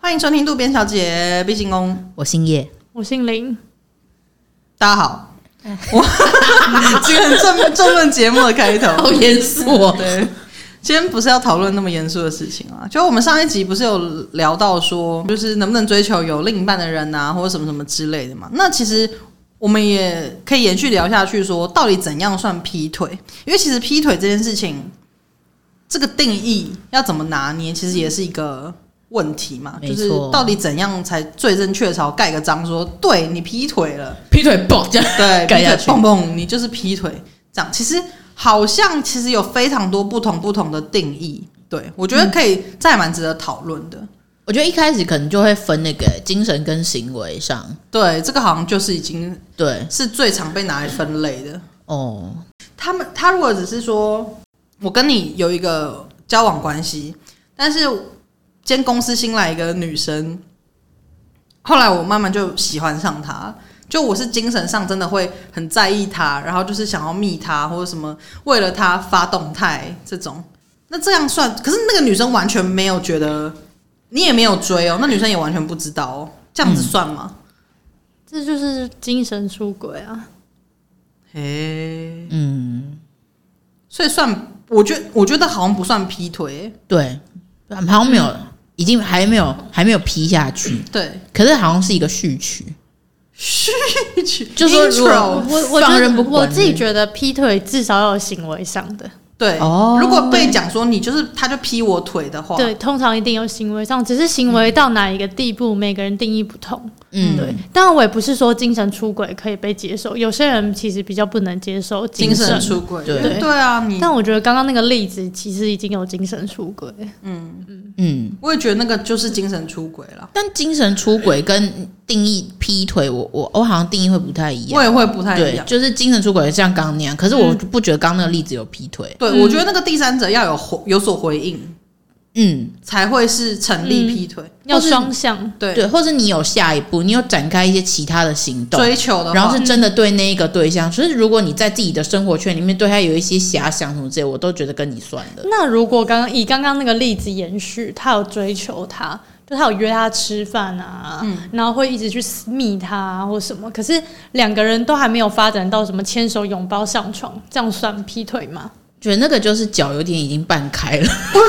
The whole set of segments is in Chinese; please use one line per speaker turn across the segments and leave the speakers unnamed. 欢迎收听渡边小姐毕竟公，
我姓叶，
我姓林，
大家好。 我这个很正正论节目的开头，
好严肃哦。
对，今天不是要讨论那么严肃的事情啊，就我们上一集不是有聊到说，就是能不能追求有另一半的人啊，或者什么什么之类的嘛。那其实我们也可以延续聊下去说到底怎样算劈腿？因为其实劈腿这件事情，这个定义要怎么拿捏，其实也是一个。问题嘛，
没
就是
错
到底怎样才最正确？朝盖个章说，对你劈腿了，
劈腿蹦这样，
对，
盖
劈
下
腿
去
蹦蹦，你就是劈腿。这样其实好像其实有非常多不同不同的定义，对我觉得可以再蛮值得讨论的。
我觉得一开始可能就会分那个精神跟行为上，
对，这个好像就是已经
对，
是最常被拿来分类的。
哦，
他们他如果只是说我跟你有一个交往关系，但是今天公司新来一个女生，后来我慢慢就喜欢上她，就我是精神上真的会很在意她，然后就是想要密她或者什么，为了她发动态这种，那这样算？可是那个女生完全没有觉得，你也没有追哦，那女生也完全不知道哦，这样子算吗？
这就是精神出轨啊！
诶，
嗯，
所以算，我觉我觉得好像不算劈腿、欸
对，好像没有，
嗯
已经还没有还没有劈下去，
对，
可是好像是一个序曲，
就 说
就
如
说如
果
果
我我
放
觉
任不
得
管
我自己觉得劈腿至少要有行为上的，
对，
哦
如果被讲说你就是他就劈我腿的话，
对，通常一定有行为上，只是行为到哪一个地步，每个人定义不同。
嗯，
对，当然我也不是说精神出轨可以被接受，有些人其实比较不能接受
精
神
神。出轨，
对
对啊，你
但我觉得刚刚那个例子其实已经有精神出轨，
嗯，
我也觉得那个就是精神出轨了，
但精神出轨跟定义劈腿，我我我好像定义会不太一样，
我也会不太一
对，
样。嗯
就是精神出轨像刚刚那样，可是我不觉得刚刚那个例子有劈腿，
对，
嗯
我觉得那个第三者要有回有所回应，
嗯，
才会是成立劈腿。
要
或是
双向。
对，
嗯对，或者你有下一步，你有展开一些其他的行动，
追求的话，
然后是真的对那一个对象。所以如果你在自己的生活圈里面对他有一些遐想什么之类，我都觉得跟你算了。
那如果刚刚以刚刚那个例子延续，他有追求他，就他有约他吃饭啊，然后会一直去密他、啊、或什么，可是两个人都还没有发展到什么牵手、拥抱、上床，这样算劈腿吗？
觉得那个就是脚有点已经半开了，
我觉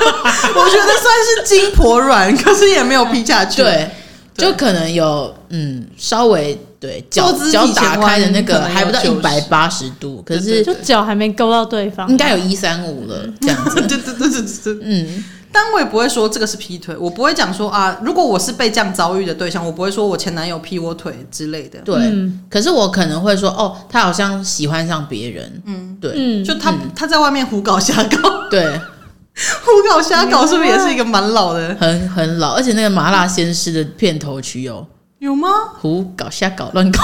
得算是筋婆软，可是也没有劈下去。，
对，
对
就可能有嗯稍微对脚
坐姿
脚
体前
打开的那
弯可
个
能有
还不到
90
一百八十度，可
对
是
就脚还没勾到对方，
应该有一三五了这样子。
对对对对对对。
嗯，
但我也不会说这个是劈腿，我不会讲说啊，如果我是被这样遭遇的对象，我不会说我前男友劈我腿之类的。
对。可是我可能会说，哦，他好像喜欢上别人。嗯，对，
嗯，
就他、他在外面胡搞 瞎搞，
对，
胡搞瞎搞是不是也是一个蛮老的？
很很老，而且那个麻辣鲜师的片头曲有
有 吗？
胡搞瞎搞乱搞，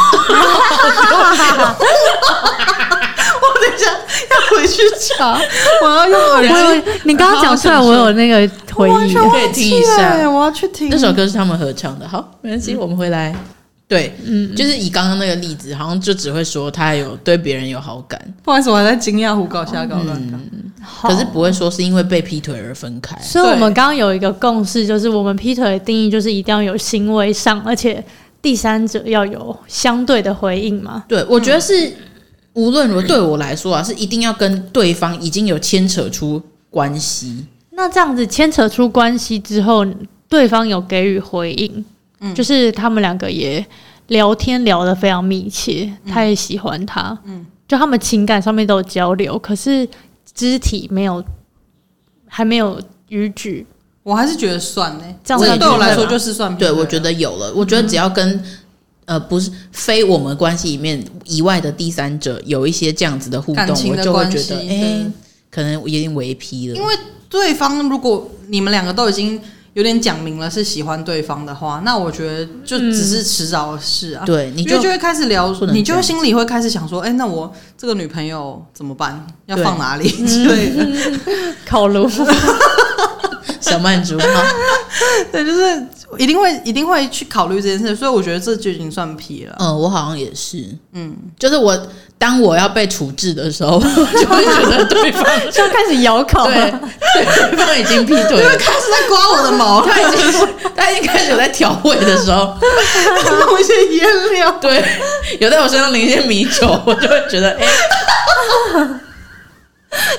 我等一下要回去查，我要用
我
耳
有
机。
你刚刚讲出来，我有那个回
完
忆
全。忘
可以
记
听一下
了我要去听
那首。歌是他们合唱的。好，没关系，我们回来。对，嗯，就是以刚刚那个例子，好像就只会说他有对别人有好感，
不好意思，我还在惊讶胡搞瞎搞乱搞。
嗯
好
可是不会说是因为被劈腿而分开。
所以我
对
们刚刚有一个共识，就是我们劈腿的定义就是一定要有行为上，而且第三者要有相对的回应嘛。
对，我觉得是无论如何对我来说啊，是一定要跟对方已经有牵扯出关系。
那这样子牵扯出关系之后，对方有给予回应，
嗯
就是他们两个也聊天聊得非常密切，
嗯
他也喜欢他，就他们情感上面都有交流，可是肢体没有，还没有逾 矩，
我还是觉得算呢、
这样
个
算
对我来说
劈腿吗
就是算劈腿
对，
了。
我觉得有了。我觉得只要跟、呃不是非我们关系里面以外的第三者有一些这样子的互动，
感情
我
的
就会
关
觉
系
得哎、
对
可能有点违批了。
因为对方如果你们两个都已经有点讲明了是喜欢对方的话，那我觉得就只是迟早的事啊。
对，你
因为
就
就会开始聊
不，能
你
这
就
样
心里会开始想说，哎、那我这个女朋友怎么办？要放哪里之类的？
烤炉
小曼珠，好
对，就是一定会一定会去考虑这件事，所以我觉得这就已经算屁了。
嗯，我好像也是，嗯，就是我当我要被处置的时候， 我就会觉得对方
就开始咬口
对
了。
对方已经劈腿了，
他是在刮我的毛，
他已经他已经开始有在调味的时候，
弄一些腌料。
对，有在我身上淋一些米酒，我就会觉得哎，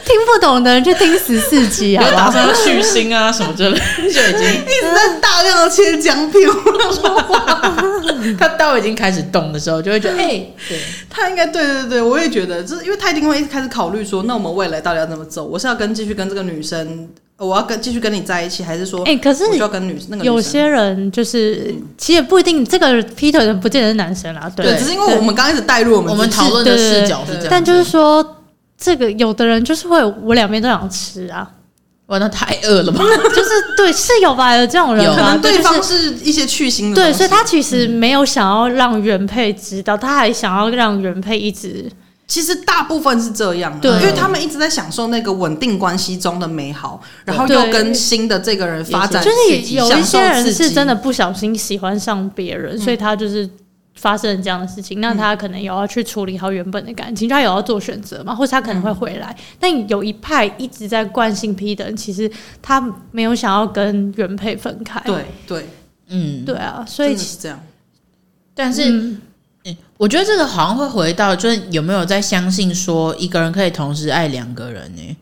听不懂的人去听十四集
有
好不
打
好？
算要续心啊什么之类的，就已 经
一直在大量的切姜片， 我想说
他刀已经开始动的时候，就会觉得哎、对，
他应该对对对，我也觉得，就是因为他一定会开始考虑说，那我们未来到底要怎么走？我是要跟继续跟这个女生，呃我要跟继续跟你在一起，还是说，
哎、可是
我就要跟女那个女生
有些人就是，其实也不一定，这个劈腿的不见得是男生啊啦，
对，只是因为我们刚开始带入我们
我们
自己
讨论的视角是这样子，
但就是说，这个有的人就是会，我两边都想吃啊，
哇，那太饿了吧？
就是对，是有吧？有这种人
有啊
可
吧？
能对
啊就是
方是一些去心的东
对，
西，
所以他其实没有想要让原配知道，他还想要让原配一直
其实大部分是这样啊，
对
因为他们一直在享受那个稳定关系中的美好，然后又
对
跟新的这个人发展
但
刺
就
激，
是有一
享受
些人
刺
是
激
真的不小心喜欢上别
嗯
人，所以他就是发生了这样的事情，那他可能也要去处理好原本的感情，就他有要做选择嘛，或者他
嗯
可能会回来。但有一派一直在惯性批的人，其实他没有想要跟原配分开，
对对，
嗯，
对啊，所以
真的
其
是这样。
但是、
嗯
我觉得这个好像会回到，就是有没有在相信说一个人可以同时爱两个人呢、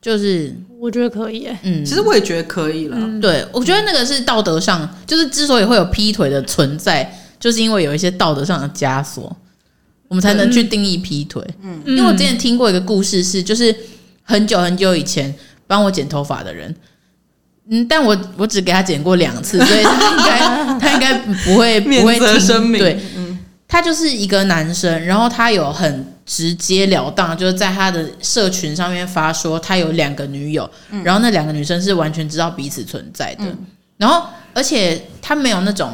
就是
我觉得可以耶、
嗯，
其实我也觉得可以了，
嗯
对，啊我觉得那个是道德上，就是之所以会有劈腿的存在，就是因为有一些道德上的枷锁，我们才能
嗯
去定义劈腿。因
嗯
为我之前听过一个故事是，就是很久很久以前帮我剪头发的人，嗯，但我我只给他剪过两次，所以他应该 他应该不会不会
免责
听
声明，
对，
嗯，
他就是一个男生，然后他有很直截了当，就是在他的社群上面发说他有两个女友，
嗯
然后那两个女生是完全知道彼此存在的，然后而且他没有那种。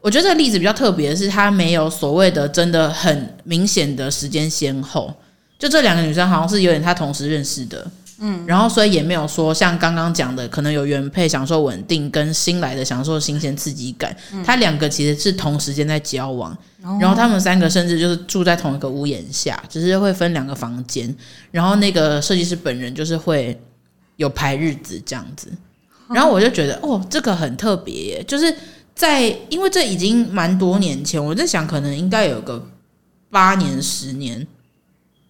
我觉得这个例子比较特别的是，他没有所谓的真的很明显的时间先后，就这两个女生好像是有点他同时认识的，嗯，然后所以也没有说像刚刚讲的，可能有原配享受稳定跟新来的享受新鲜刺激感，他两个其实是同时间在交往，然后他们三个甚至就是住在同一个屋檐下，只是会分两个房间，然后那个设计师本人就是会有排日子这样子，然后我就觉得哦，这个很特别耶，就是在因为这已经蛮多年前，我在想可能应该有个八年十年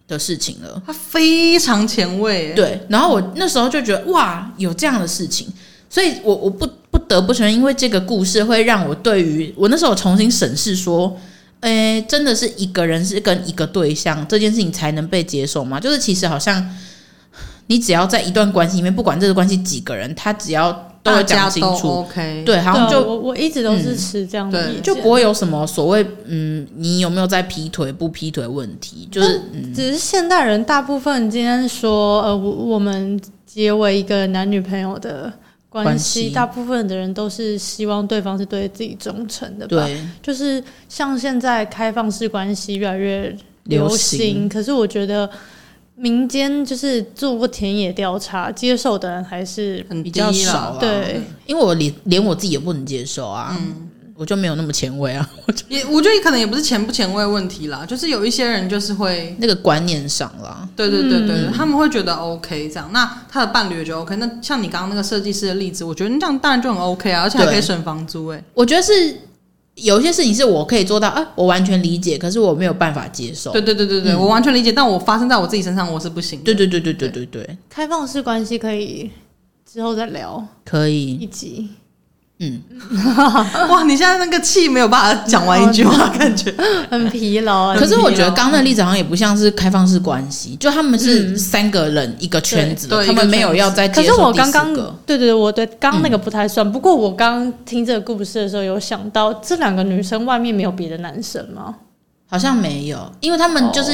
的事情了。
他非常前卫，
对，然后我那时候就觉得哇，有这样的事情，所以我我不不得不承认，因为这个故事会让我对于我那时候重新审视说，诶，真的是一个人是跟一个对象这件事情才能被接受吗？就是其实好像你只要在一段关系里面，不管这个关系几个人，他只要都
大
会
家
讲清
都
楚，
OK，
对，好
对
像
啊
就嗯
我我一直都是持这样的
对
意见，
就不会有什么所谓嗯，你有没有在劈腿不劈腿问题，
哦
就是嗯
只是现代人大部分今天说，呃，我我们结为一个男女朋友的关
关
系，
系
大部分的人都是希望对方是对自己忠诚的吧？
对，
就是像现在开放式关系越来越流
流
行，
行
可是我觉得民间就是做过田野调查，接受的人还是
很
比较
低啦嗯
少啊
对，
因为我连连我自己也不能接受啊，我就没有那么前卫啊，
也我觉得可能也不是前不前卫问题啦，就是有一些人就是会，
那个观念上啦，
对对对
嗯
对，他们会觉得 OK 这样，那他的伴侣也觉得 OK。那像你刚刚那个设计师的例子，我觉得那这样当然就很 OK 啊，而且还可以
对
省房租哎，
我觉得是有一些事情是我可以做到，啊，我完全理解，可是我没有办法接受。
对对对对对，我完全理解，但我发生在我自己身上我是不行的，
嗯对对对对对对对，
开放式关系可以之后再聊
可以，
一集。
嗯，
哇，你现在那个气没有办法讲
哦
完一句话，感觉
很疲劳啊！
可是我觉得
很疲劳
刚刚那例子好像也不像是开放式关系，就他们是三个人一个圈子
对
的，
对
他们没有要再
可
接
是
受
我
第
刚
四
刚
个
对对对，我对刚那个不太算。不过我刚听这个故事的时候，有想到这两个女生外面没有别的男生吗？
好像没有，因为他们就是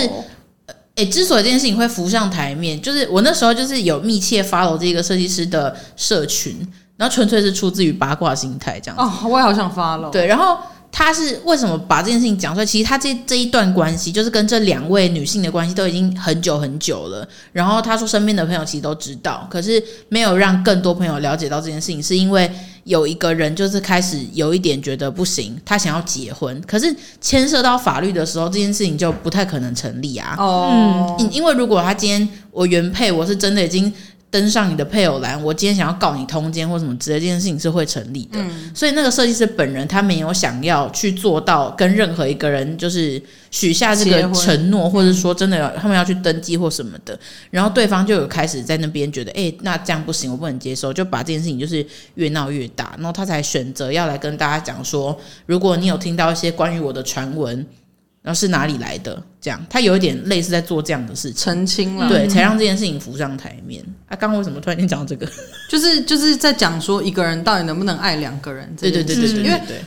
呃
哦
诶、之所以这件事情会浮上台面，就是我那时候就是有密切 follow 这个设计师的社群，然后纯粹是出自于八卦心态这样子。
哦，我也好想发了，
对，然后他是为什么把这件事情讲出来？其实他这这一段关系，就是跟这两位女性的关系都已经很久很久了。然后他说，身边的朋友其实都知道，可是没有让更多朋友了解到这件事情，是因为有一个人就是开始有一点觉得不行，他想要结婚，可是牵涉到法律的时候，这件事情就不太可能成立啊。
哦，
因因为如果他今天我原配我是真的已经登上你的配偶栏，我今天想要告你通奸或什么之类，这件事情是会成立的。
嗯
所以那个设计师本人他没有想要去做到跟任何一个人就是许下这
结
个
婚
承诺，或者说真的要他们要去登记或什么的。然后对方就有开始在那边觉得，哎、那这样不行，我不能接受，就把这件事情就是越闹越大。然后他才选择要来跟大家讲说，如果你有听到一些关于我的传闻。然后是哪里来的？这样，他有一点类似在做这样的事情，
澄清了，
对，才让这件事情浮上台面。啊，刚刚为什么突然间讲到这个？
就是就是在讲说一个人到底能不能爱两个人这
对
件
对
事
对
情，
对对，
因为
对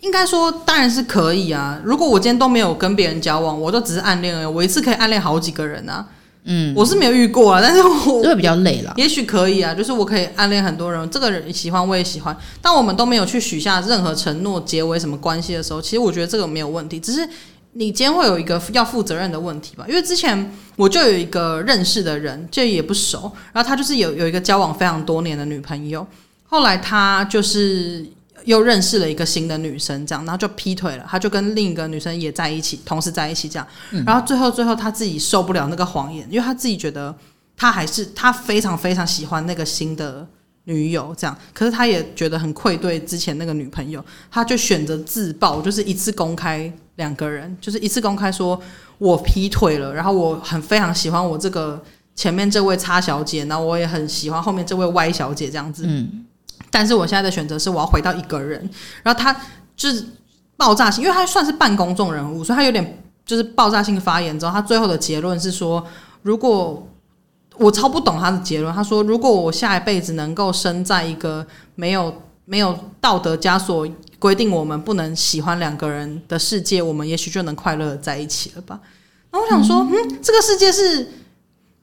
应该说当然是可以啊。如果我今天都没有跟别人交往，我都只是暗恋而已，我一次可以暗恋好几个人啊。
嗯，
我是没有遇过啊，但是我
就会比较累啦。
也许可以啊，就是我可以暗恋很多人，这个人喜欢我也喜欢，但我们都没有去许下任何承诺，结为什么关系的时候，其实我觉得这个没有问题，只是你今天会有一个要负责任的问题吧。因为之前我就有一个认识的人，这也不熟，然后他就是有有一个交往非常多年的女朋友，后来他就是。又认识了一个新的女生，这样，然后就劈腿了。他就跟另一个女生也在一起，同时在一起这样。然后最后最后他自己受不了那个谎言，因为他自己觉得他还是他非常非常喜欢那个新的女友，这样，可是他也觉得很愧对之前那个女朋友，他就选择自爆，就是一次公开两个人，就是一次公开说我劈腿了，然后我很非常喜欢我这个前面这位叉小姐，然后我也很喜欢后面这位 Y 小姐这样子，
嗯，
但是我现在的选择是我要回到一个人，然后他就是爆炸性，因为他算是半公众人物，所以他有点就是爆炸性发言之后，他最后的结论是说，如果我超不懂他的结论，他说如果我下一辈子能够生在一个没有没有道德枷锁规定我们不能喜欢两个人的世界，我们也许就能快乐的在一起了吧。然后我想说，嗯，这个世界是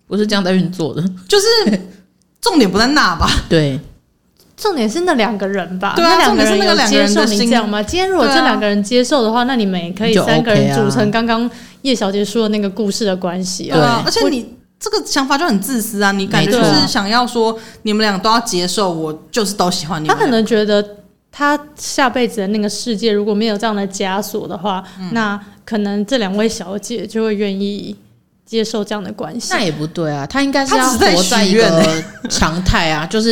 不是这样在运作的。
就是重点不在那吧？
对，
重点是那两个人吧？
对啊
那两个
重点是那个
有
两个
接
人
受
的
你
心
这样吗？今天如果
对啊
这两个人接受的话，那你们也可以
就
三个
OK
人
啊
组成刚刚叶小姐说的那个故事的关系
对啊，
啊。
对
而且你这个想法就很自私啊！你感觉
没
就
错啊
是想要说你们俩都要接受，我就是都喜欢你
她
们俩。
可能觉得，她下辈子的那个世界如果没有这样的枷锁的话，
嗯
那可能这两位小姐就会愿意接受这样的关系
那。也不对啊，他应该是
他
要
只是在
活在
许
一
愿
个常态啊，就是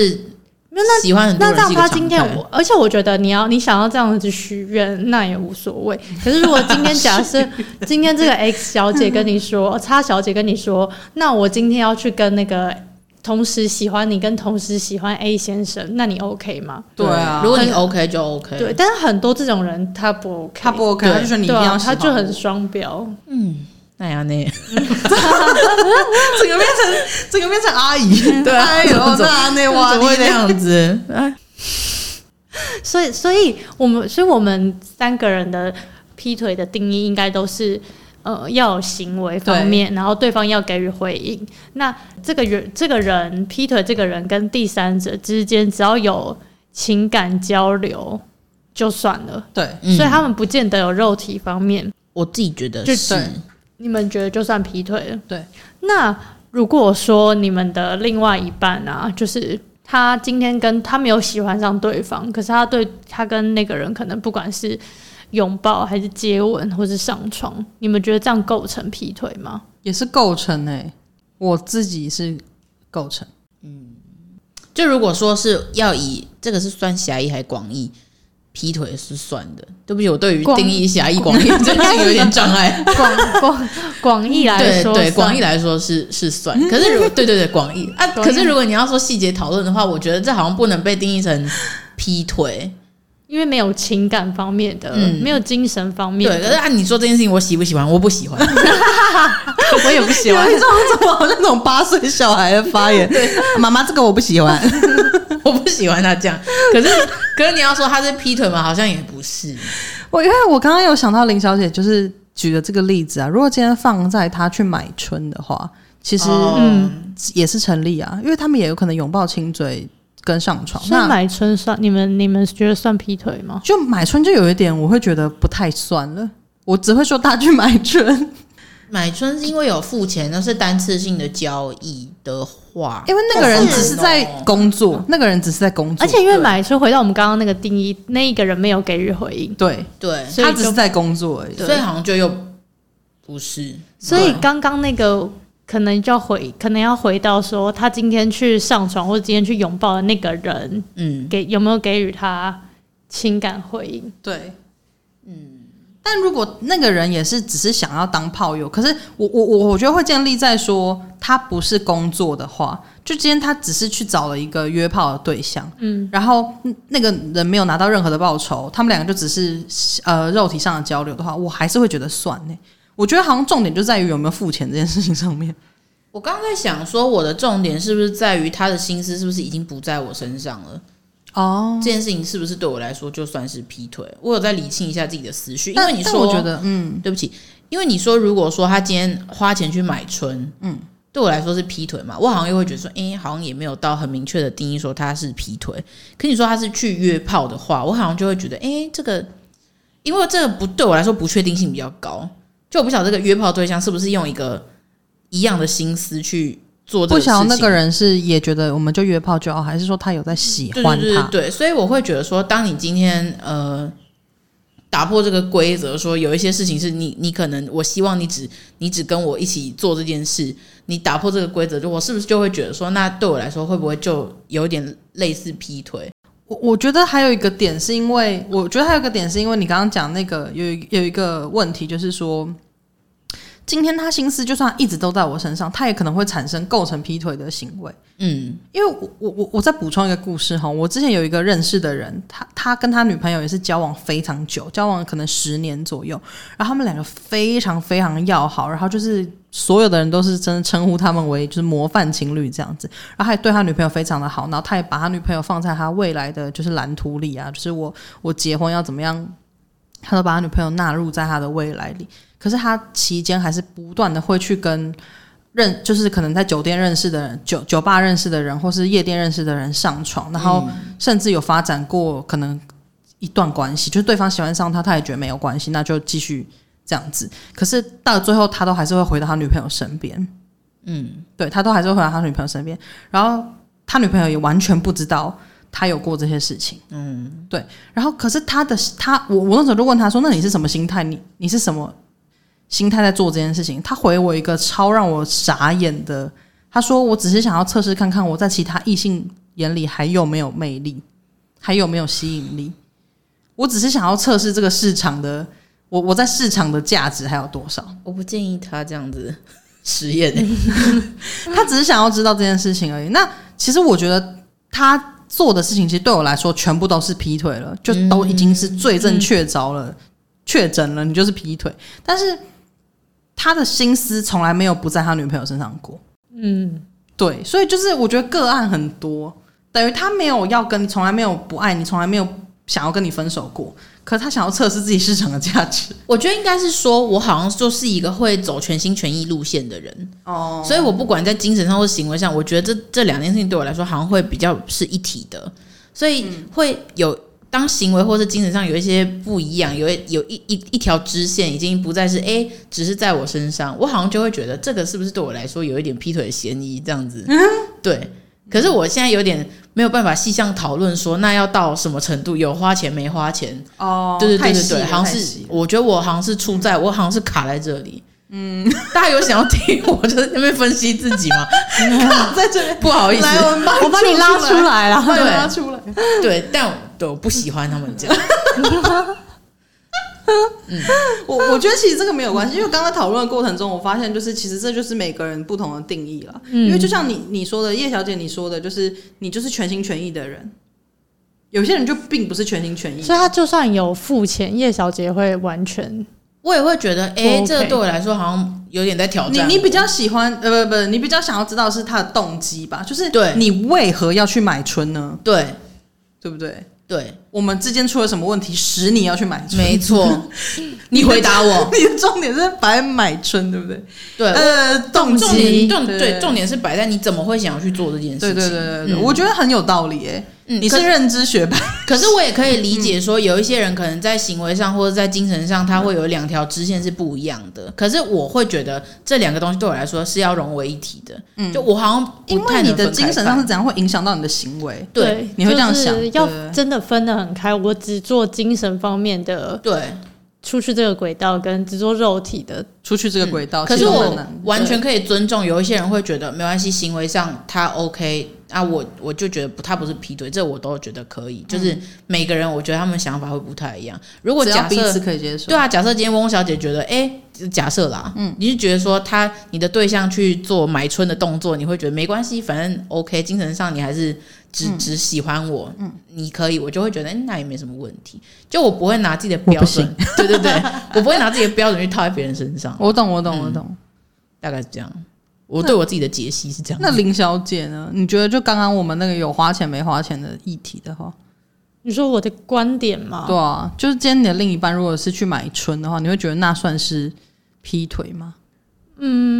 没有那
喜欢很多
那
人
这
是
样，
一个
他
常
今天
态。
我，而且我觉得你要你想要这样子许愿，那也无所谓。可是如果今天 假设今天这个 X 小姐跟你说，叉小姐跟你说，那我今天要去跟那个同时喜欢你跟同时喜欢 A 先生，那你 OK 吗？
对啊，
如果你 OK 就 OK。
对，，但是很多这种人他不 OK，
他不 OK，
对
他就说你一
对
定要
啊，
喜欢
他
我，
就很双标。
那样呢？
整个变成整个变成阿姨。
对啊
哎呦
怎么，
那那哇，
怎么
你
会这
嘞
样子？哎，
所以，所以我们，所以我们三个人的劈腿的定义应该都是，呃，要有行为方面，然后对方要给予回应。那这个人，这个人劈腿，这个人跟第三者之间只要有情感交流就算了，
对，
嗯
所以他们不见得有肉体方面。
我自己觉得，
就是你们觉得就算劈腿了？
对。
那如果说你们的另外一半啊，就是他今天跟他没有喜欢上对方，可是他对他跟那个人可能不管是拥抱还是接吻或是上床，你们觉得这样构成劈腿吗？
也是构成诶、我自己是构 成。
就如果说是要以这个是算狭义还是广义，劈腿是算的。对不起，我对于
广
定义狭义广义 真的有一点障碍。
广广 广义来
对
说，啊
对，广义来说是是算，可是 如果对对对广义啊，
广义
可是如果你要说细节讨论的话，我觉得这好像不能被定义成劈腿。
因为没有情感方面的，
嗯
没有精神方面
对，可是
的，
按你说这件事情，我喜不喜欢？我不喜欢，
我也不喜
有
欢
一。种怎么好像那种八岁小孩的发 言？妈妈，这个我不喜欢。
我不喜欢他这样。可是可是你要说他是劈腿吗？好像也不是。
我因为我刚刚有想到林小姐就是举的这个例子啊，如果今天放在她去买春的话，其实
哦
嗯，
也是成立啊，因为他们也有可能拥抱、亲嘴跟上床。
所以
那
买春算你们你们觉得算劈腿吗？
就买春就有一点，我会觉得不太算了。我只会说他去买春，
买春是因为有付钱，那是单次性的交易的话，
因为那个人只是在
哦
工作，那个人只是在工作，
而且因为买车，回到我们刚刚那个定义，那一个人没有给予回应，
对
对，
所以
他
就
只是在工作而已。
所以好像就又不是
所以
对
刚刚那个可能就要回，可能要回到说，他今天去上床或者今天去拥抱的那个人，
嗯，
给有没有给予他情感回应？
对，嗯。但如果那个人也是只是想要当炮友，可是我我我我觉得会建立在说他不是工作的话，就今天他只是去找了一个约炮的对象，
嗯，
然后嗯那个人没有拿到任何的报酬，他们两个就只是呃肉体上的交流的话，我还是会觉得算呢、我觉得好像重点就在于有没有付钱这件事情上面。
我刚刚在想说，我的重点是不是在于他的心思是不是已经不在我身上了？
哦，
这件事情是不是对我来说就算是劈腿？我有在理清一下自己的思绪，因
但
为你
但
说，
我觉得嗯，
对不起，因为你说如果说他今天花钱去买春，嗯，对我来说是劈腿嘛，我好像又会觉得说，诶，好像也没有到很明确的定义说他是劈腿。可你说他是去约炮的话，我好像就会觉得，诶，这个，因为这个不对我来说不确定性比较高，就我不晓得这个约炮对象是不是用一个一样的心思去做这
不
个事
晓
情。
得那个人是也觉得我们就约炮就好，还是说他有在喜
嗯对
欢
对
他？
对对，所以我会觉得说，当你今天呃打破这个规则，说有一些事情是你你可能我希望你只你只跟我一起做这件事，你打破这个规则，我是不是就会觉得说，那对我来说会不会就有点类似劈腿？
我我觉得还有一个点是因为，我觉得还有一个点是因为你刚刚讲那个有一有一个问题，就是说，今天他心思就算一直都在我身上，他也可能会产生构成劈腿的行为。
嗯，
因为我我我我再补充一个故事哈，我之前有一个认识的人，他他跟他女朋友也是交往非常久，交往可能十年左右，然后他们两个非常非常要好，然后就是所有的人都是真的称呼他们为就是模范情侣这样子，然后他也对他女朋友非常的好，然后他也把他女朋友放在他未来的就是蓝图里啊，就是我我结婚要怎么样，他都把他女朋友纳入在他的未来里，可是他期间还是不断的会去跟认就是可能在酒店认识的人、酒酒吧认识的人，或是夜店认识的人上床，然后甚至有发展过可能一段关系，就是对方喜欢上他，他也觉得没有关系，那就继续这样子。可是到最后，他都还是会回到他女朋友身边，嗯，对他都还是会回到他女朋友身边，然后他女朋友也完全不知道他有过这些事情，嗯，对。然后可是他的他，我我那时候就问他说：“那你是什么心态？你你是什么心态在做这件事情。他回我一个超让我傻眼的，他说：“我只是想要测试看看我在其他异性眼里还有没有魅力，还有没有吸引力。我只是想要测试这个市场的我我在市场的价值还有多少。
我不建议他这样子实验、
他只是想要知道这件事情而已。那其实我觉得他做的事情，其实对我来说全部都是劈腿了，就都已经是
嗯
罪证确凿了，确诊了，你就是劈腿。但是他的心思从来没有不在他女朋友身上过。
嗯，
对，所以就是我觉得个案很多，等于他没有要跟你，从来没有不爱你，从来没有想要跟你分手过，可是他想要测试自己市场的价值。
我觉得应该是说，我好像就是一个会走全心全意路线的人，
哦，
所以我不管在精神上或行为上，我觉得这这两件事情对我来说好像会比较是一体的，所以会有当行为或是精神上有一些不一样，有一有一一一条支线已经不再是哎、诶只是在我身上，我好像就会觉得这个是不是对我来说有一点劈腿的嫌疑这样子，对。可是我现在有点没有办法细项讨论说，那要到什么程度，有花钱没花钱，
哦，
对对对
太
对
细
对，
了
好像
太
是
细了嗯
我觉得我好像是出在，我好像是卡在这里。嗯，大家有想要听我就是那边分析自己吗？
在这边，
不好意思，
来，我们帮
我把你拉出来了，
把你
对
拉出来。
对，但我对我不喜欢他们这样。
我我觉得其实这个没有关系，因为刚刚讨论的过程中，我发现就是其实这就是每个人不同的定义了。因为就像你你说的，叶小姐你说的，就是你就是全心全意的人，有些人就并不是全心全意。
所以他就算有付钱，叶小姐会完全
我也会 觉得，哎、
不 OK
这个对我来说好像有点在挑
你
战
你
我
比较喜欢呃不不，你比较想要知道是他的动机吧？就是
对
你为何要去买春呢？
对
对不对？
对，
我们之间出了什么问题，使你要去买春？
没错。你回答我。
你的重点是摆买春，对不对？
对，
呃，动
重点
机，
重
对
对重点是摆在你怎么会想要去做这件事
对对
情。
对对对，
嗯
我觉得很有道理诶。
嗯
你
可
是认知学派，
可是我也可以理解说，有一些人可能在行为上或者在精神上，他会有两条支线是不一样的。可是我会觉得这两个东西对我来说是要融为一体的。嗯，就我好像不
因
太
为你
能
的
分开
精神上
看
是怎样会影响到你的行为。
对
你会这样想
就
对
是要真的分得很开。我只做精神方面的
对，
出去这个轨道，跟只做肉体的，
出去这个轨道，
嗯可
其
是
实都
我
很难
完全可以尊重，有一些人会觉得没关系，行为上他 OK 啊，我我就觉得不，他不是劈腿，这我都觉得可以。就是每个人，我觉得他们想法会不太一样。如果
只要
假
彼
设
此可以接受，
对啊，假设今天翁小姐觉得，哎、假设啦，嗯，你是觉得说她你的对象去做买春的动作，你会觉得没关系，反正 OK，精神上你还是只、只喜欢我，嗯，你可以，我就会觉得、嗯那也没什么问题，就我不会拿自己的标准，对对对，我不会拿自己的标准去套在别人身上，
我懂，我懂，我懂。
大概是这样。我对我自己的解析是这样
那
子，
林小姐呢？你觉得就刚刚我们那个有花钱没花钱的议题的话，
你说我的观点嘛？
对啊，就是今天你的另一半如果是去买春的话，你会觉得那算是劈腿吗？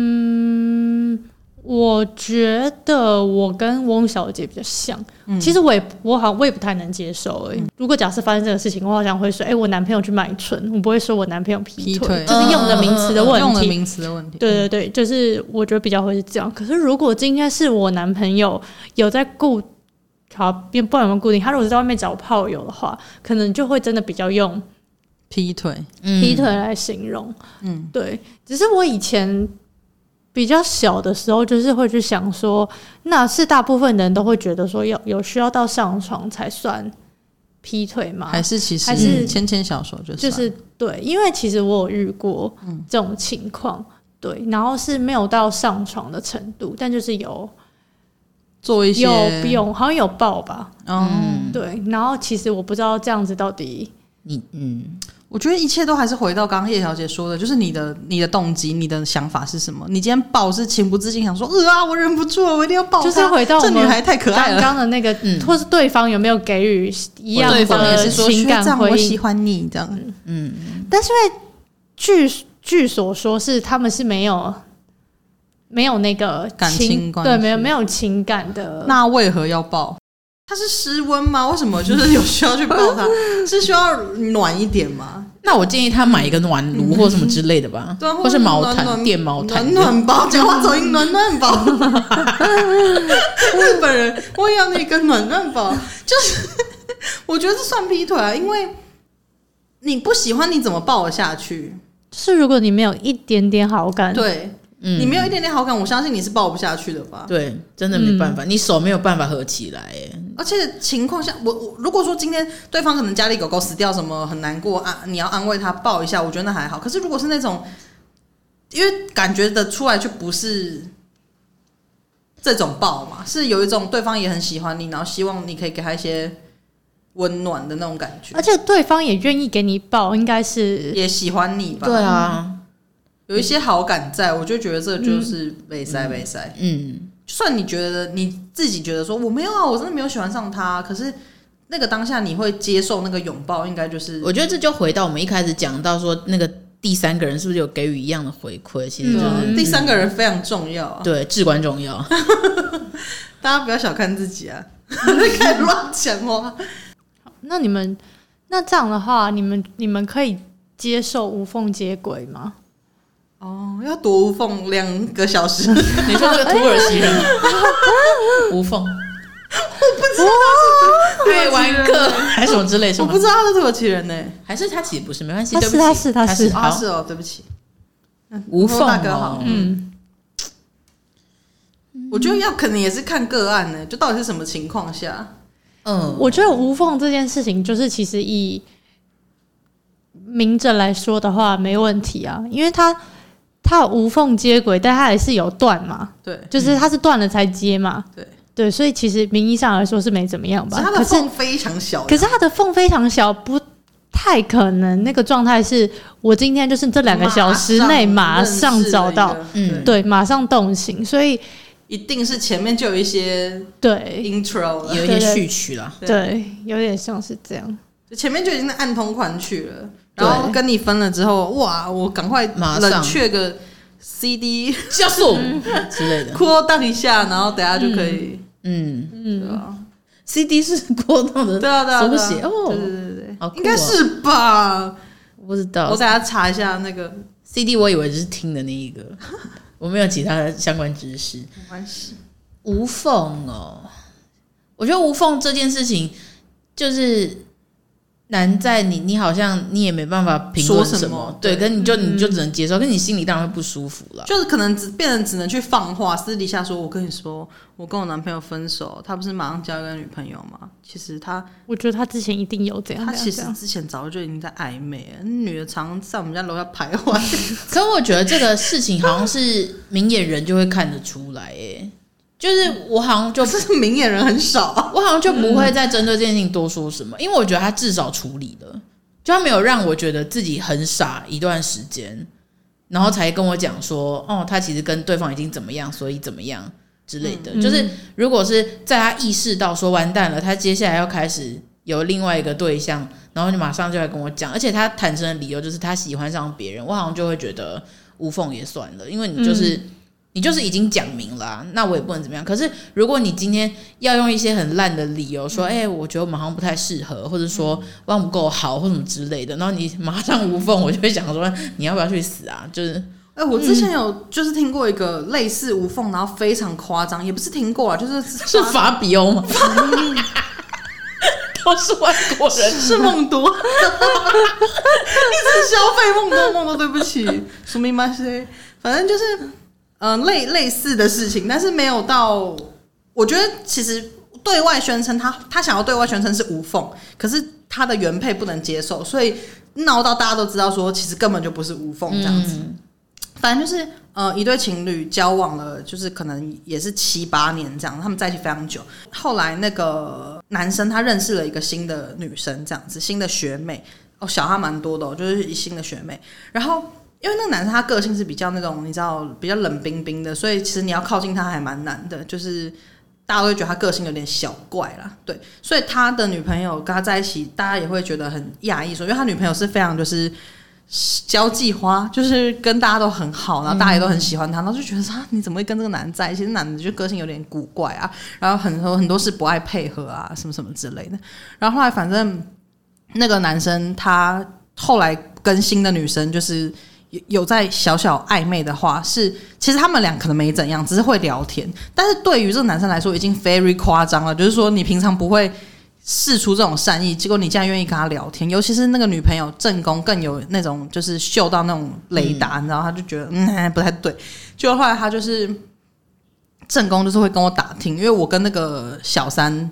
嗯我觉得我跟翁小姐比较像，
嗯
嗯
其实我也我好像我也不太能接受、欸。如果假设发生这个事情，我好像会说，哎、我男朋友去买春，我不会说我男朋友劈
劈腿嗯
就是用的名词的问
用了
题。
名词的问题，嗯
对对对，就是我觉得比较会是这样。可是如果今天是我男朋友有在固，好，不管有没有固定，他如果是在外面找炮友的话，可能就会真的比较用
劈腿，
嗯
劈腿来形容。嗯，对。只是我以前比较小的时候，就是会去想说，那是大部分人都会觉得说要有需要到上床才算劈腿
啊
吗？
还是其实
还是
牵牵小手就
就是
算嗯
对，因为其实我有遇过这种情况，对，然后是没有到上床的程度，但就是有
做一些
有有好像有抱吧，
嗯，
对，然后其实我不知道这样子到底
你嗯，
我觉得一切都还是回到刚刚叶小姐说的，就是你的你的动机、你的想法是什么？你今天抱是情不自禁想说，呃啊，我忍不住了，我一定要抱她。
就是回到我
这
们
女孩太可爱
刚
了。
刚的那个，
嗯
或是对方有没有给予一样
对方也
的
是说，
情感
学长
回
我
应
喜？欢你这样。
据据所说是他们是没有没有那个
感情关
对，
系
没有没有情感的。
那为何要抱？她是失温吗？为什么就是有需要去抱 她？是需要暖一点吗？
那我建议她买一个暖炉或什么之类的 吧，
对啊，
或是毛毯、电毛
毛
毯
暖，暖包，讲话走音暖暖包。 日本人，我也要那个暖暖包，就是我觉得这算劈腿啊，因为你不喜欢你怎么抱得下去？
就是如果你没有一点点好感，
对、
嗯
你没有一点点好感，我相信你是抱不下去的吧？
对，真的没办法，你手没有办法合起来，哎，
而且情况下，我我如果说今天对方可能家里狗狗死掉什么很难过啊，你要安慰他抱一下，我觉得那还好。可是如果是那种，因为感觉得出来就不是这种抱嘛，是有一种对方也很喜欢你，然后希望你可以给他一些温暖的那种感觉
而，且对方也愿意给你抱，应该是
也喜欢你吧，
啊，
有一些好感在，我就觉得这就是被塞被塞。
嗯，
就算你觉得你自己觉得说我没有啊，我真的没有喜欢上他，可是那个当下你会接受那个拥抱，应该就是
我觉得这就回到我们一开始讲到说，那个第三个人是不是有给予一样的回馈？其实
对
就是、
啊
嗯
第三个人非常重要啊，
对至关 重要。
大家不要小看自己啊， 开始乱讲话。
那你们那这样的话，你们你们可以接受无缝接轨吗？
哦，要多无缝两个小时， 我不知
你说那个土耳 其人吗无缝
道他是土耳
对
其
玩
人
客还是什么之类什
我
么
不？知道他是土耳其人呢、
还是他其实不是，没关系，
他
对
是
不起，
他是他是
啊，
好
是哦，对不起，
无
啊
缝
大哥好
哦，
嗯，
我觉得要可能也是看个案呢、就到底是什么情况下，
嗯，
我觉得无缝这件事情，就是其实以明着来说的话，没问题啊，因为他他有无缝接轨，但他也是有断嘛，
对，
就是他是断了才接嘛，
对
对，所以其实名义上来说是没怎么样
只
吧
是，他
可
的
是
缝非常小，
可是他的缝非常小，不太可能那个状态是我今天就是这两个小时内马上找到，
嗯，
嗯
对。
对，马上动刑，所以
一定是前面就有一些
对
intro 了，
有一些序曲啦，
对
对，有点像是这样。
就前面就已经在暗通款曲了。然后
对
跟你分了之后，哇，我赶快
马上
冷却个 CD
加速
嗯
之类的。
扩荡一下，然后等下就可以，
嗯
对
嗯，
啊，
，CD 是郭董的
对啊，对啊，
手
对啊
写
对
哦，
对对对
好酷哦
应该是吧？
我不知
我
道
等下查一下那个，
CD，我以为是听的那一 个，我没有其他的相关知识。
没关系，
无缝哦，我觉得无缝这件事情就是难在你，你好像你也没办法评论
说什
么
么，
对，跟你就你
嗯
就只能接受，跟你心里当然会不舒服 了。
就是可能只变成只能去放话，私底下说，我跟你说，我跟我男朋友分手，他不是马上交一个女朋友吗？其实他
我觉得他之前一定有这样，
他其
这
实
样
之前早就已经在暧昧了，那女的常在我们家楼下徘徊，
可我觉得这个事情好像是明眼人就会看得出来，哎，就是我好像就
就是明眼人很少啊。
我好像就不会再针对这件事情多说什么，因为我觉得他至少处理了，就他没有让我觉得自己很傻一段时间，然后才跟我讲说，哦，他其实跟对方已经怎么样，所以怎么样之类的。
嗯
就是如果是在他意识到说完蛋了，他接下来要开始有另外一个对象，然后你马上就来跟我讲，而且他坦诚的理由就是他喜欢上别人，我好像就会觉得无缝也算了，因为你就是。
嗯
你就是已经讲明了啊、那我也不能怎么样。可是如果你今天要用一些很烂的理由
嗯
说，哎、我觉得我们好像不太适合，或者说我们不够好，或什么之类的，然后你马上无缝，我就会想说，你要不要去死啊？就是
哎、我之前有就是听过一个类似无缝，然后非常夸张，也不是听过啊，就是
是法比欧 吗？都是外国人，
是梦多，一直消费梦多梦多，对不起，说明吗？谁？反正就是嗯、呃类类似的事情，但是没有到。我觉得其实对外宣称他他想要对外宣称是无缝，可是他的原配不能接受，所以闹到大家都知道说，其实根本就不是无缝这样子。反正就是呃，一对情侣交往了，就是可能也是七八年这样，他们在一起非常久。后来那个男生他认识了一个新的女生，这样子新的学妹哦，小他蛮多的、哦，就是新的学妹。然后因为那个男生他个性是比较那种你知道比较冷冰冰的，所以其实你要靠近他还蛮难的，就是。大家都会觉得他个性有点小怪啦，对，所以他的女朋友跟他在一起，大家也会觉得很讶异，说，因为他女朋友是非常就是交际花，就是跟大家都很好，然后大家也都很喜欢他，然后就觉得说啊，你怎么会跟这个男人在一起？这男的就个性有点古怪啊，然后很多很多事不爱配合啊，什么什么之类的。然后后来反正那个男生他后来跟新的女生就是。有有在小小暧昧的话，是其实他们俩可能没怎样，只是会聊天。但是对于这个男生来说，已经 very 夸张了，就是说你平常不会试出这种善意，结果你竟然愿意跟他聊天，尤其是那个女朋友正宫更有那种就是嗅到那种雷达，你知道，他就觉得嗯不太对，就后来他就是正宫就是会跟我打听，因为我跟那个小三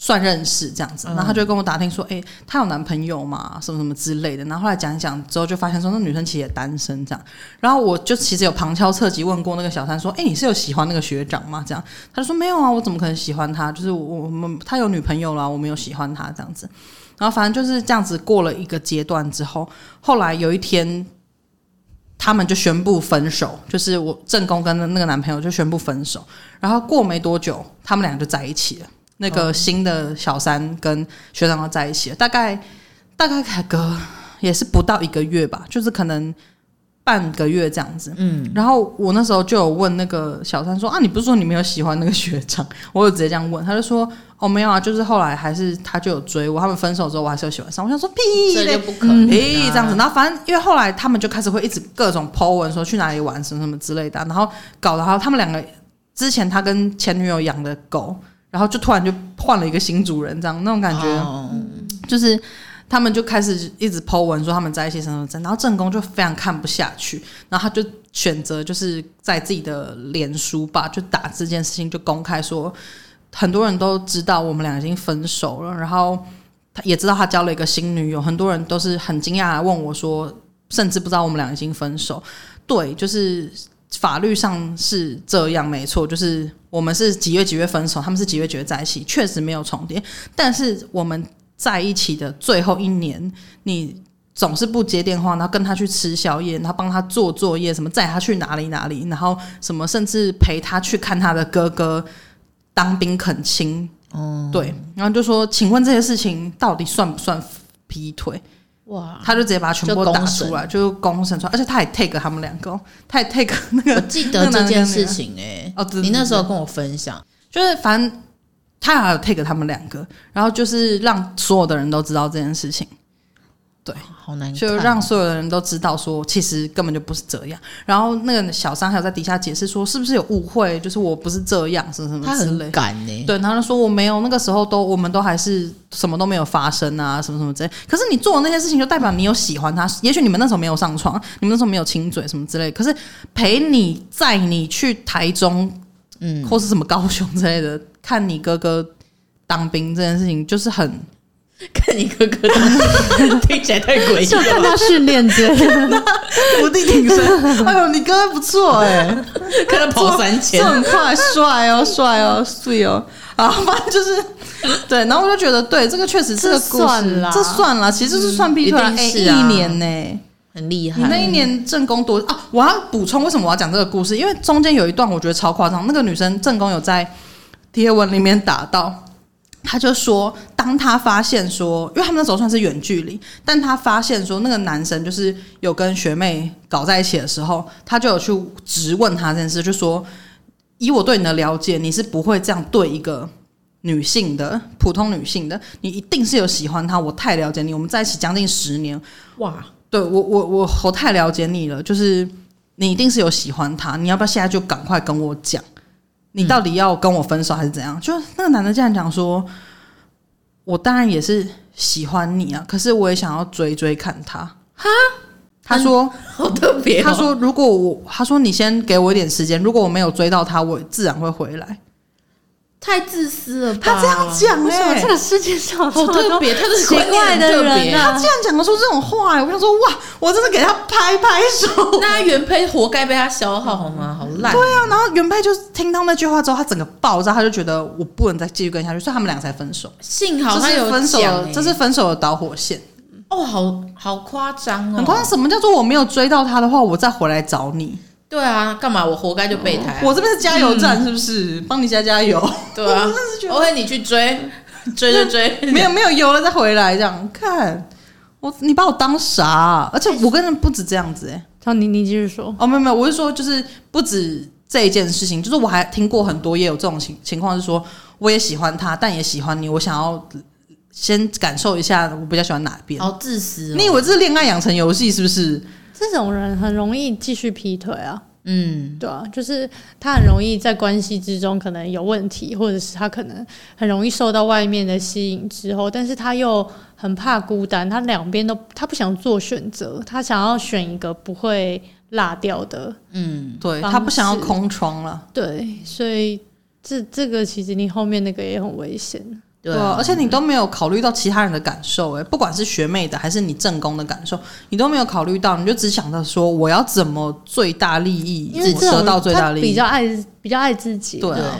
算认识这样子，
嗯
然后他就会跟我打听说，哎、她有男朋友嘛，什么什么之类的，然后后来讲一讲之后就发现说那女生其实也单身这样，然后我就其实有旁敲侧击问过那个小三说，哎、你是有喜欢那个学长吗？这样。他就说没有啊，我怎么可能喜欢他？就是我我们他有女朋友啦，我没有喜欢他这样子。然后反正就是这样子过了一个阶段之后，后来有一天，他们就宣布分手，就是我正宫跟那个男朋友就宣布分手。然后过没多久，他们俩就在一起了。那个新的小三跟学长都在一起了，大概大概改革也是不到一个月吧，就是可能半个月这样子。
嗯，
然后我那时候就有问那个小三说啊，你不是说你没有喜欢那个学长？我有直接这样问，他就说哦没有啊，就是后来还是他就有追我，他们分手之后我还是有喜欢上。我想说屁
这就
嘞，
不可能、啊。
屁这样子。然后反正因为后来他们就开始会一直各种 po 文说去哪里玩什么什么之类的啊、然后搞得好他们两个之前他跟前女友养的狗，然后就突然就换了一个新主人，这样那种感觉。
哦
就是他们就开始一直 Po 文说他们在一起什么什么，然后正宫就非常看不下去，然后他就选择就是在自己的脸书吧，就打这件事情就公开说，很多人都知道我们俩已经分手了，然后他也知道他交了一个新女友，很多人都是很惊讶来问我说，甚至不知道我们俩已经分手，对，就是。法律上是这样，没错，就是我们是几月几月分手，他们是几月几月在一起，确实没有重叠。但是我们在一起的最后一年，你总是不接电话，然后跟他去吃宵夜，然后帮他做作业，什么载他去哪里哪里，然后什么甚至陪他去看他的哥哥当兵恳亲，
哦，
对，然后就说，请问这些事情到底算不算劈腿？
哇！
他就直接把它全部
就
打
公审
出来，就是公审出来，而且他也 take 他们两个哦，他也 take 那个，
我 记得这件事情哎、
哦对
你那时候跟我分享，
就是反正他还有 take 他们两个，然后就是让所有的人都知道这件事情。
好难看，
就让所有的人都知道说，其实根本就不是这样。然后那个小三还有在底下解释说，是不是有误会？就是我不是这样，什么什
他
么之
很欸
类。
敢呢、
对，然后他就说我没有，那个时候都我们都还是什么都没有发生啊，什么什么之类。可是你做的那些事情，就代表你有喜欢他。也许你们那时候没有上床，你们那时候没有亲嘴什么之类。可是陪你载你去台中
嗯，
或是什么高雄之类的，看你哥哥当兵这件事情，就是很
看你哥哥当，听起来太诡异
就看
了 吧，
他训练之类的，
伏地挺身。 哎呦，你哥哥不错哎、
看他跑三千
这，很快，帅哦，帅哦，碎哦，啊，反正就是对，然后我就觉得，对，这个确实这个故事，
这算啦
这算啦，其实就是算劈腿啦，
一
哎、
定是啊
一年呢、
很厉害。
你那一年正宫多啊！我要补充，为什么我要讲这个故事？因为中间有一段我觉得超夸张，那个女生正宫有在贴文里面打到，她就说，当她发现说，因为他们那时候算是远距离，但她发现说那个男生就是有跟学妹搞在一起的时候，她就有去质问他这件事，就说，以我对你的了解，你是不会这样对一个。女性的普通女性的，你一定是有喜欢她，我太了解你，我们在一起将近十年，
哇，
对我我我我太了解你了，就是你一定是有喜欢他，你要不要现在就赶快跟我讲，你到底要跟我分手还是怎样？就那个男的竟然讲说，我当然也是喜欢你啊，可是我也想要追追看他。哈，他说，
好特别、哦。
他说如果我，他说你先给我一点时间，如果我没有追到他，我自然会回来。
太自私了吧？
他这样讲、
为什么
欸，
这个世界
好
上这么
特
多
别，他的
奇
观念
怪
很
的
特
人
别
啊
他竟然讲得出这种话、欸，我想说哇，我真的给他拍拍手。
那他原配活该被他消耗好吗？好烂。对啊，
然后原配就是听到那句话之后，他整个爆炸，他就觉得我不能再继续跟下去，所以他们俩才分手。
幸好他
这
有
是分手
讲欸
的，这是分手的导火线。
哦，好好夸张哦，
很夸张，。什么叫做我没有追到他的话，我再回来找你？
对啊，干嘛我活该就备胎啊、
我这边是加油站，是不
嗯
是？帮你加加 油，
对啊，OK，你去追，追追追，
没有没有油了再回来，这样看我，你把我当啥啊、而且我跟人不止这样子哎、欸
好，你你继续说。
哦，没有没有，我是说，就是不止这一件事情，就是我还听过很多也有这种情情况，是说我也喜欢他，但也喜欢你，我想要先感受一下我比较喜欢哪 边。
好自私、哦。
你以为这是恋爱养成游戏是不是？
这种人很容易继续劈腿啊，
嗯，
对啊，就是他很容易在关系之中可能有问题，或者是他可能很容易受到外面的吸引之后，但是他又很怕孤单，他两边都他不想做选择，他想要选一个不会落掉的，
嗯
对
方
他不想要
式
空窗了，
对，所以这这个其实你后面那个也很危险，
对
啊
啊，
而且你都没有考虑到其他人的感受、欸，不管是学妹的还是你正宫的感受，你都没有考虑到，你就只想到说我要怎么最大利益，
因为
我
这
得
种
到最大
他
利益，
比较爱比较爱自己，
对
对
啊，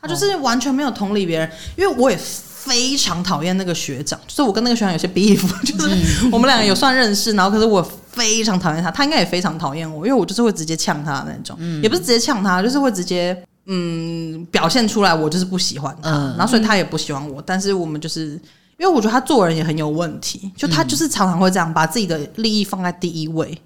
他就是完全没有同理别人，因为我也非常讨厌那个学长，就是我跟那个学长有些 beef，就是
嗯
我们两个有算认识，然后可是我非常讨厌他，他应该也非常讨厌我，因为我就是会直接呛他的那种，
嗯
也不是直接呛他，就是会直接嗯表现出来我就是不喜欢他，
嗯
然后所以他也不喜欢我，但是我们就是。因为我觉得他做人也很有问题，
嗯
就他就是常常会这样，把自己的利益放在第一位。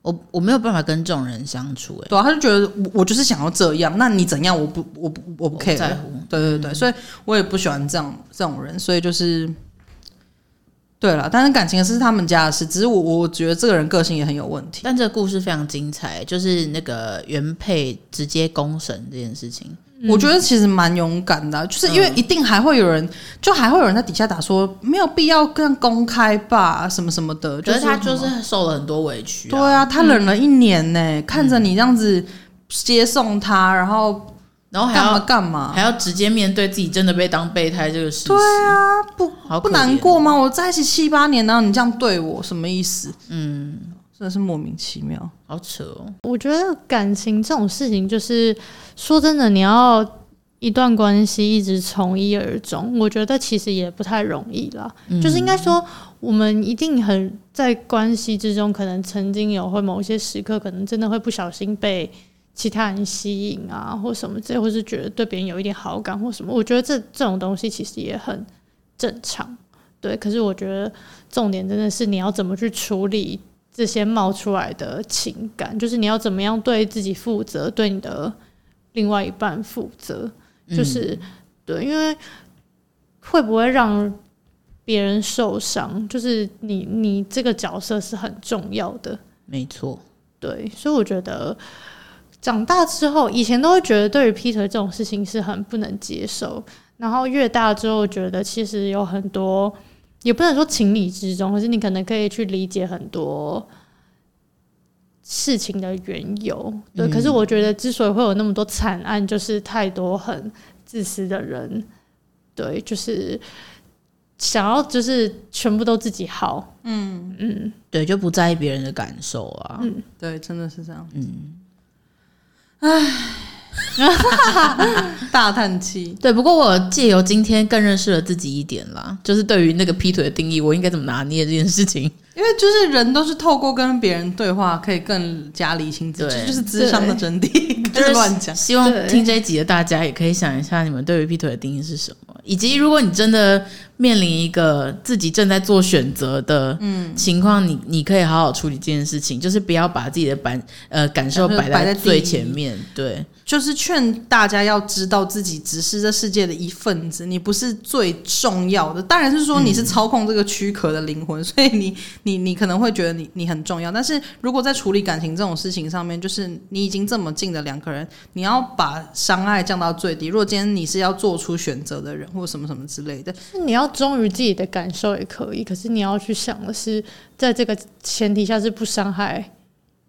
我我没有办法跟这种人相处、欸，
对啊，他就觉得我我就是想要这样，那你怎样我不我不我不
我不
care，
在乎
对对对，所以我也不喜欢这样这种人，所以就是。对了，但是感情是他们家的事，只是我我觉得这个人个性也很有问题。
但这个故事非常精彩，就是那个原配直接公审这件事情，
我觉得其实蛮勇敢的啊、就是因为
嗯
一定还会有人，就还会有人在底下打说没有必要更公开吧，什么什么的。
可是
什么
他就是受了很多委屈、
对，啊，他忍了一年呢、
嗯
看着你这样子接送他，然后
然哦后还
干嘛
要
干嘛，
还要直接面对自己真的被当备胎这个事实，
对啊，不
好
不
可怜
难过吗？我在一起七八年，然后你这样对我，什么意思？嗯，真的是莫名其妙。
好扯哦，
我觉得感情这种事情，就是说真的，你要一段关系一直从一而终，我觉得其实也不太容易啦。
嗯
嗯
就是应该说，我们一定很在关系之中，可能曾经有会某些时刻，可能真的会不小心被其他人吸引啊，或什么之类，或是啊觉得对别人有一点好感或什么。我觉得这这种东西其实也很正常。对，可是我觉得重点真的是你要怎么去处理这些冒出来的情感，就是你要怎么样对自己负责，对你的另外一半负责，
嗯
就是、
嗯
对，因为会不会让别人受伤，就是你你这个角色是很重要的。
没错，
对，所以我觉得长大之后，以前都会觉得对于劈腿这种事情是很不能接受，然后越大之后，觉得其实有很多，也不能说情理之中，可是你可能可以去理解很多。事情的缘由，对，可是我觉得之所以会有那么多惨案，就是太多很自私的人，对，就是想要就是全部都自己好，
对，就不在意别人的感受啊。
对，真的是这样。嗯，唉，大叹气。
对，不过我借由今天更认识了自己一点啦，就是对于那个劈腿的定义，我应该怎么拿捏这件事情。
因为就是人都是透过跟别人对话，可以更加理清自己，
对
这就是智商的真谛，不
就是
是乱讲。
希望
对
听这一集的大家也可以想一下，你们对于劈腿的定义是什么，以及如果你真的面临一个自己正在做选择的
嗯
情况，你你可以好好处理这件事情，就是不要把自己的感呃感受
感受
摆
摆在第一
最前面。对，
就是劝大家要知道自己只是这世界的一份子，你不是最重要的。当然是说你是操控这个躯壳的灵魂，所以你 你你可能会觉得你你很重要。但是如果在处理感情这种事情上面，就是你已经这么近的两个人，你要把伤害降到最低。如果今天你是要做出选择的人，或什么什么之类的，
你要忠于自己的感受也可以，可是你要去想的是，在这个前提下是不伤害。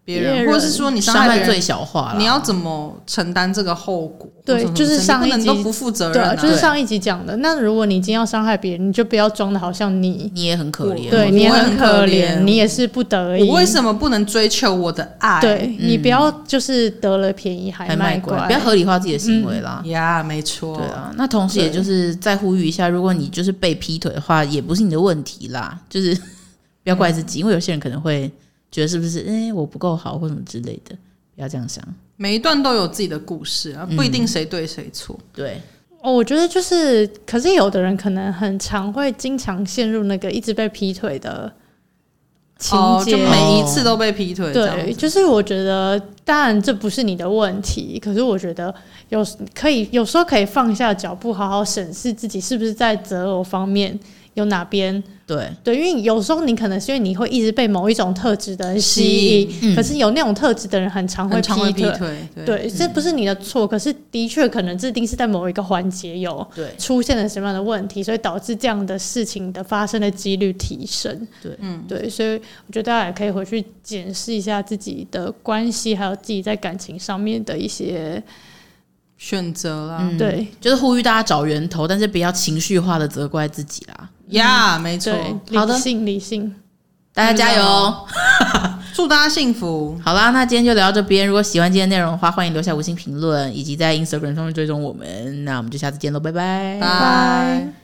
别
别
人或
人
者是说你伤
伤
害别
害
人
最小化啦
你要怎么承担这个后果？
对
或什么
就
什
是
么
上
之类
一
你
集
不能都不负责
对
任、
啊，
啊，
就是上一集讲的。那如果你今天要伤害别人，你就不要装的好像你，
你也很可怜，
对
我
你也
我也
很
很
可
可
怜，
怜
你也是不得已。
我为什么不能追求我的爱？
对你不要就是得了便宜还
还卖
乖
乖，，不要合理化自己的行为啦。
呀没错，
啊对啊，那同时也就是再呼吁一下，如果你就是被劈腿的话，也不是你的问题啦， 就是不要怪自己，因为有些人可能会觉得是不是哎、诶我不够好或什么之类的，不要这样想。
每一段都有自己的故事啊，不一定谁对谁错。
对，
哦，我觉得就是，可是有的人可能很常会经常陷入那个一直被劈腿的情
哦，
节，
就每一次都被劈腿，这
对，
样
就是我觉得，当然这不是你的问题，可是我觉得有可以有时候可以放下脚步，好好审视自己是不是在择偶方面有哪边
对，
对，因为有时候你可能是因为你会一直被某一种特质的人吸
吸
引
引，
嗯
可是有那种特质的人很常会
很常会劈
劈腿。
腿，对。
对，这不是你的错，可是的确可能这一定是在某一个环节有
对
出现了什么样的问题，所以导致这样的事情的发生的几率提升。
对
嗯，对，所以我觉得大家也可以回去检视一下自己的关系，还有自己在感情上面的一些、
选择啦，
嗯
对
就是呼吁大家找源头，但是不要情绪化的责怪自己啦。
呀没错。
对
好的
理性理性。
大家加油！
祝大家幸福，
好啦，那今天就聊到这边。如果喜欢今天内容的话，欢迎留下五星评论，以及在 Instagram 上面追踪我们。那我们就下次见喽，拜拜。
拜。